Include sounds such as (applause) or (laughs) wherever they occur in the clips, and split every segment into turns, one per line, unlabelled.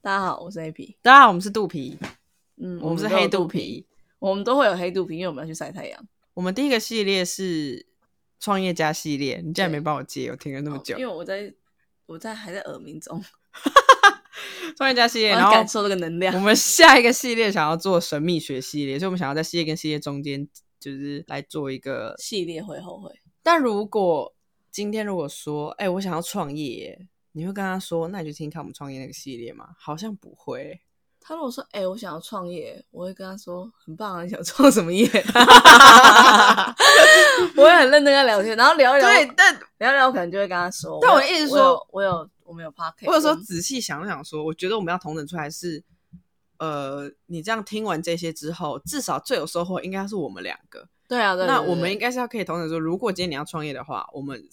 大家好，我是 A P。
大家好，我们是肚皮，
嗯，
我们是
都有
黑肚
肚，
皮。
我们都会有黑肚皮，因为我们要去晒太阳。
我们第一个系列是创业家系列，你竟然没帮我接，我停了那么久
哦因。为我在我在还在耳鸣
(laughs)
中，
创业家系列，
我
然
要
后
感受这个能量
我。们下一个系列想要做神秘学系列，所以我们想要在系列跟系列中间，就是来做一个。
系列会后悔，
但如果今天如果说，哎、我想要创业耶，你会跟他说，那你就听看我们创业那个系列吗？好像不 (laughs) 会。
他如果说：“哎、我想要创业”，我会跟他说：“很棒啊，你想创什么
(laughs)
业？”我会很认真跟他聊天，然后聊一聊，
对，但
聊一聊，我可能就会跟他说。
但我
有
一直
我有
说
我有我们有 p o c k e t
我有时候仔细想想说，我觉得我们要同等出来是，呃，你这样听完这些之后，至少最有收获应该是我们两个。
对啊，对
那我们应
该
该是要可以同等说，如果今天你要创业的话，我们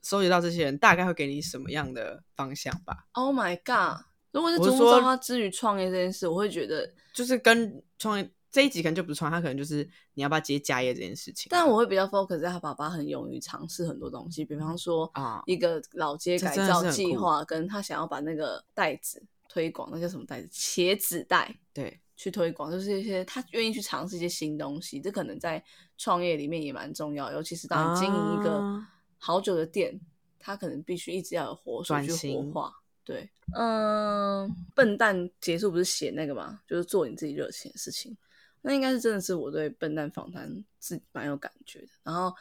收集到这些人大概会给你什么样的方向吧？
，Oh my God！如果是
我
竹木
是说
造花之于创业这件事，我会觉得
就是跟创业这一集可能就不是创业，他可能就是你要不要接家业这件事情。啊
但我会比较 focus 在他爸爸很勇于尝试很多东西，比方说
啊
一个老街
这
改
真的是
造
很
计
酷
划，跟他想要把那个袋子推广，那叫什么袋子？茄子袋
对
去推广，就是一些他愿意去尝试一些新东西，这可能在创业里面也蛮重要，尤其是当你经营一个
啊
好久的店，他可能必须一直要有活水
转
去活
型
化。对，嗯，笨蛋结束不是写那个嘛，就是做你自己热情的事情。那应该是真的是我对笨蛋访谈是蛮有感觉的。然后，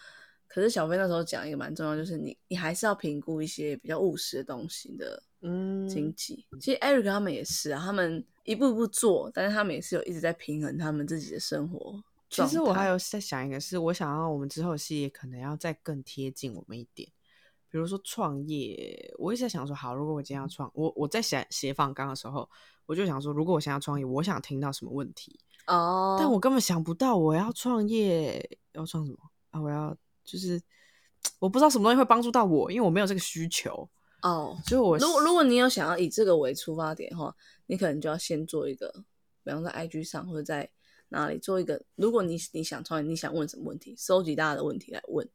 可是小飞那时候讲一个蛮重要，就是你你还是要评估一些比较务实的东西的
嗯，
经济。其实 Eric 他们也是啊，他们一步一步做，但是他们也是有一直在平衡他们自己的生活
其
状态。
实我还有在想一个是，我想要我们之后的系列可能要再更贴近我们一点，比如说创业，我一直在想说，好，如果我今
嗯
天要创，我我在写写访纲的时候，我就想说，如果我想要创业，我想听到什么问题，
哦，
但我根本想不到我要创业要创什么啊，我要就是我不知道什么东西会帮助到我，因为我没有这个需求，
哦，
所以我
如果如果你有想要以这个为出发点的话，你可能就要先做一个，比方说 IG 上或者在哪里做一个。如果你你想创业，你想问什么问题，收集大家的问题来问，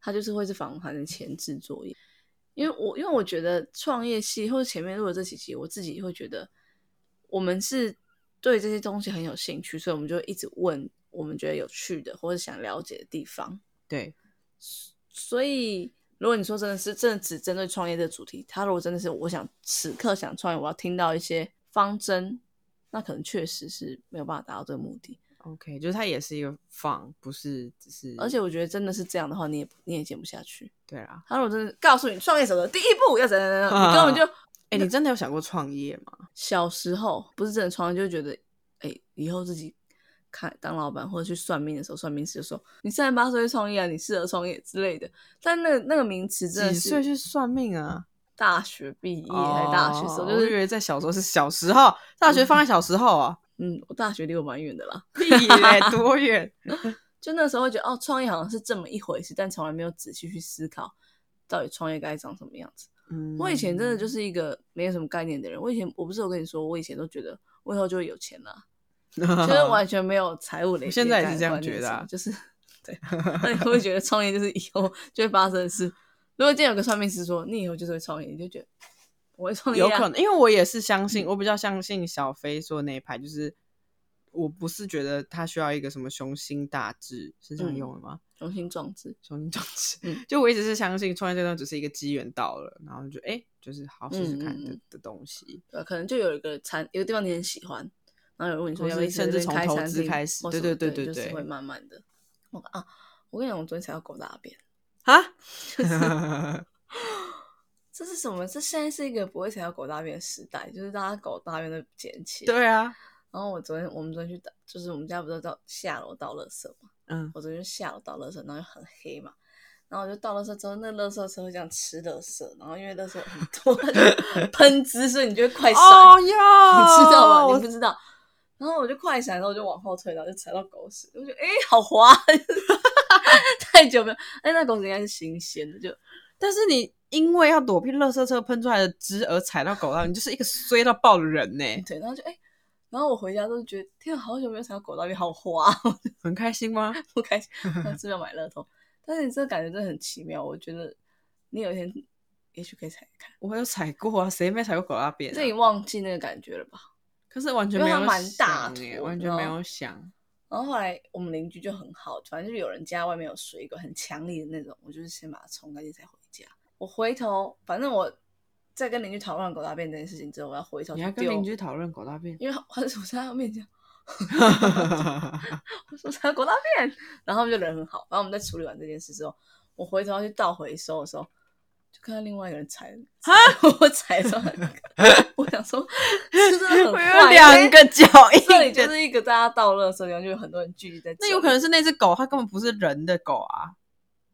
它就是会是访谈的前置作业。因为我因为我觉得创业系或者前面录的这几集，我自己会觉得我们是对这些东西很有兴趣，所以我们就会一直问我们觉得有趣的或者想了解的地方。
对
所以，如果你说真的是真的只针对创业这个主题，他如果真的是我想此刻想创业，我要听到一些方针，那可能确实是没有办法达到这个目的。
，OK，就是它也是一个放，不是只是，
而且我觉得真的是这样的话，你也你也减不下去。
对啦，
他如果真的告诉你创业什么第一步要怎样怎样怎样，你根本就
哎、你真的有想过创业吗？
小时候不是真的创业，就会觉得哎、以后自己。看当老板或者去算命的时候，算命师就说你三十八岁创业啊，你适合创业之类的。但那个那个名词真的
几
是
岁去算命啊？
大学毕业还是大学时候，
哦
就
我
是
以为在小时候是小时候，大学放在小时候 (laughs) 啊，
嗯，我大学离我蛮远的啦。
屁嘞， (laughs) 多远？
就那时候会觉得，哦，创业好像是这么一回事，但从来没有仔细去思考到底创业该长什么样子。
嗯
我以前
(laughs)
真的就是一个没有什么概念的人。我以前我不是有跟你说，我以前都觉得我以后就会有钱
(laughs)
啦、就是完全没有财务累积。
我现在也是这样觉得啊
就是 (laughs)
(laughs)
对。那你会不会觉得创业就是以后就会发生的事？如果今天有个算命师说你以后就是会创业，你就觉得我会创业、啊，
有可能，因为我也是相信，我比较相信小飞说的那一派，就是我不是觉得他需要一个什么雄心大志，是这样
嗯
用的吗？
雄心壮志。
雄心壮志
嗯，
就我一直是相信创业这段只是一个机缘到了，然后就哎、就是好试试看
嗯嗯
的、
嗯
的东西，
对啊，可能就有一个产有个地方你很喜欢，然后有人问你说
或
要
是
不要一起在
甚
这边
至从
开
投
餐
资
厅
开始
或
对
什么对
对对
就是
对
会慢慢的。我啊，我跟你讲，我昨天才要狗大便，
(laughs) 啊， (laughs)
这是什么？这现在是一个不会踩到狗大便的时代，就是大家狗大便都捡起。。
对啊，
然后我昨天我们昨天去倒，就是我们家不是到下楼倒垃圾嘛，
嗯，
我昨天就下楼倒垃圾，然后又很黑嘛。然后我就倒垃圾之后，那垃圾车会这样吃垃圾，然后因为垃圾很多，它就喷汁，所以你就会快闪。
哦哟， (laughs) 你
(laughs) 你知道
(laughs)
吗？你
我
不知道。然后我就快闪，然后我就往后退，然后就踩到狗屎，我就觉得哎、诶好滑， (laughs) 太久没有。哎，那狗屎应该是新鲜的，就
但是你因为要躲避垃圾车喷出来的汁而踩到狗啊蛋，你就是一个衰到爆的 (laughs) 人呢、
对，然后就哎、诶然后我回家都觉得天啊，好久没有踩到狗大便，好滑，啊 (laughs) 我
很开心吗？
不开 (laughs) 心，我是不是要买乐透？但是你这个感觉真的很奇妙，我觉得你有一天也许可以踩看。
(laughs) 我有踩过啊，谁没踩过狗大便、
可是你
啊？
忘记那个感觉了吧？
可是完全
因
没
为它
有
蛮大
想
坨
耶
的
完全没
哦
有想。
然后后来我们邻居就很好，反正就有人家外面有水管，很强力的那种，我就是先把它冲干净才回家。我回头，反正我在跟邻居讨论狗大便这件事情之后，我要回头
你
去
还跟
丢，
邻居讨论狗
(laughs)
大便？
因为我是我在他面
(laughs)
前，我说他狗大便，然后他们就人很好。然后我们在处理完这件事之后，我回头要去倒回收的时候，就看到另外一个人踩，啊， (laughs) 我踩到那个，
(laughs)
我想说，是真的很
我
坏，
有两个脚 (laughs)
这里
印
就
的，
是一个大家倒垃圾的地方，就有很多人聚集在这里。
那有可能是那只狗，它根本不是人的狗啊。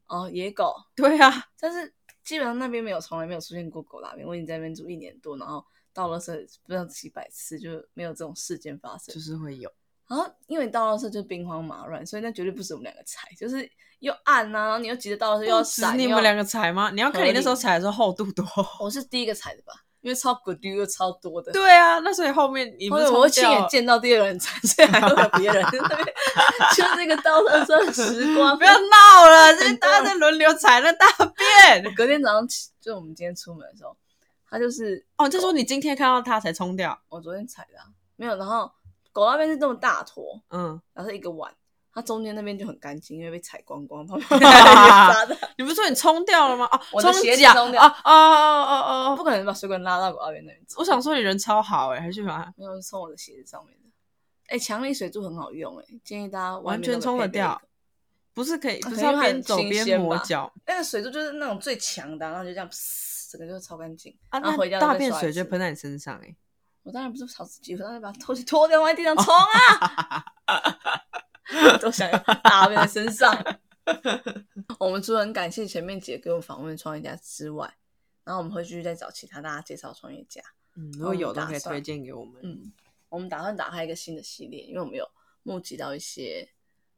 哦，野狗，
(laughs) 对 (laughs) 啊，
但是基本上那边没有，从来没有出现过狗大便。我已经在那边住一年多，然后倒垃圾不知道几百次，就没有这种事件发生
就。是会有。
然后因为你倒垃圾就是兵荒马乱，所以那绝对不是我们两个踩，就是又暗呐、然后你又急着倒垃圾又要
不止
闪。
你
又
们
要
两个踩吗？你要看你那时候踩的时候厚度多。
我是第一个踩的吧，因为超滚丢又超多的。
(laughs) 对啊，那所以后面你不
后
是
来我
冲
会亲
掉 (laughs)
眼见到第二个人踩，所以还会有别人 (laughs) 在那边，就是那个倒垃圾的时光。
(laughs) 不要闹了，这
很
大家
多
在轮流踩那大便。
隔天早上起，就我们今天出门的时候，他就是
哦，就说你今天看到它才冲掉。
我昨天踩的、啊，没有。然后狗那边是这么大坨，
嗯，
然后是一个碗，它中间那边就很干净，因为被踩光光，旁边还有沙子，
(laughs) 你不是说你冲掉了吗？哦，
我的
冲
鞋子
脚
冲掉
哦哦哦哦
不
哦！
可能把水管拉到狗那边那边。
我想说你人超好哎，还去把它
没有是冲我的鞋子上面的。哎、强力水柱很好用哎、建议大家外
完
面
全
都可以
冲得
配备一
掉
个。，
不是可以，
啊
不
可
是
能
要
因为它
边
很
走
新
边
鲜
磨
吧
脚
那个水柱就是那种最强的啊，然后就这样，噗整个就是超干净。
啊？
然后回
那
家
大
再
便
刷一
水就
次
喷在你身上哎，
我当然不是扫自己，我当然把拖鞋脱掉，往地上冲啊！ (laughs) 都想要打在身上。 (laughs) 我们除了很感谢前面姐给我们访问的创业家之外，然后我们会继续再找其他大家介绍创业家。
嗯，如
然
果
后
有
哦打
的可以
算
推荐给我们。
嗯，我们打算打开一个新的系列，因为我们有募集到一些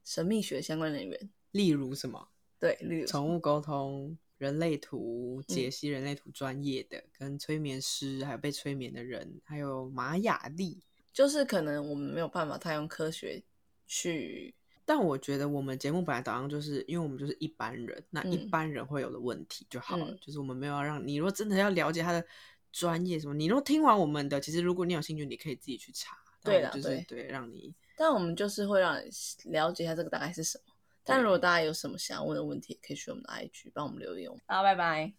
神秘学相关人员，
例如什么？
对，例如
宠物沟通、人类图
嗯
解析、人类图专业的，跟催眠师，还有被催眠的人，还有玛雅历。
就是可能我们没有办法太用科学去，
但我觉得我们节目本来导向就是，因为我们就是一般人，那一
嗯
般人会有的问题就好了。
嗯
就是我们没有要让你，如果真的要了解他的专业什么，你如果听完我们的，其实如果你有兴趣，你可以自己去查。
对
啦，
啦
就是
对
对，让你
但我们就是会让你了解一下这个大概是什么。但
对
如果大家有什么想要问的问题，也可以去我们的 IG 帮我们留言。好，拜拜。哦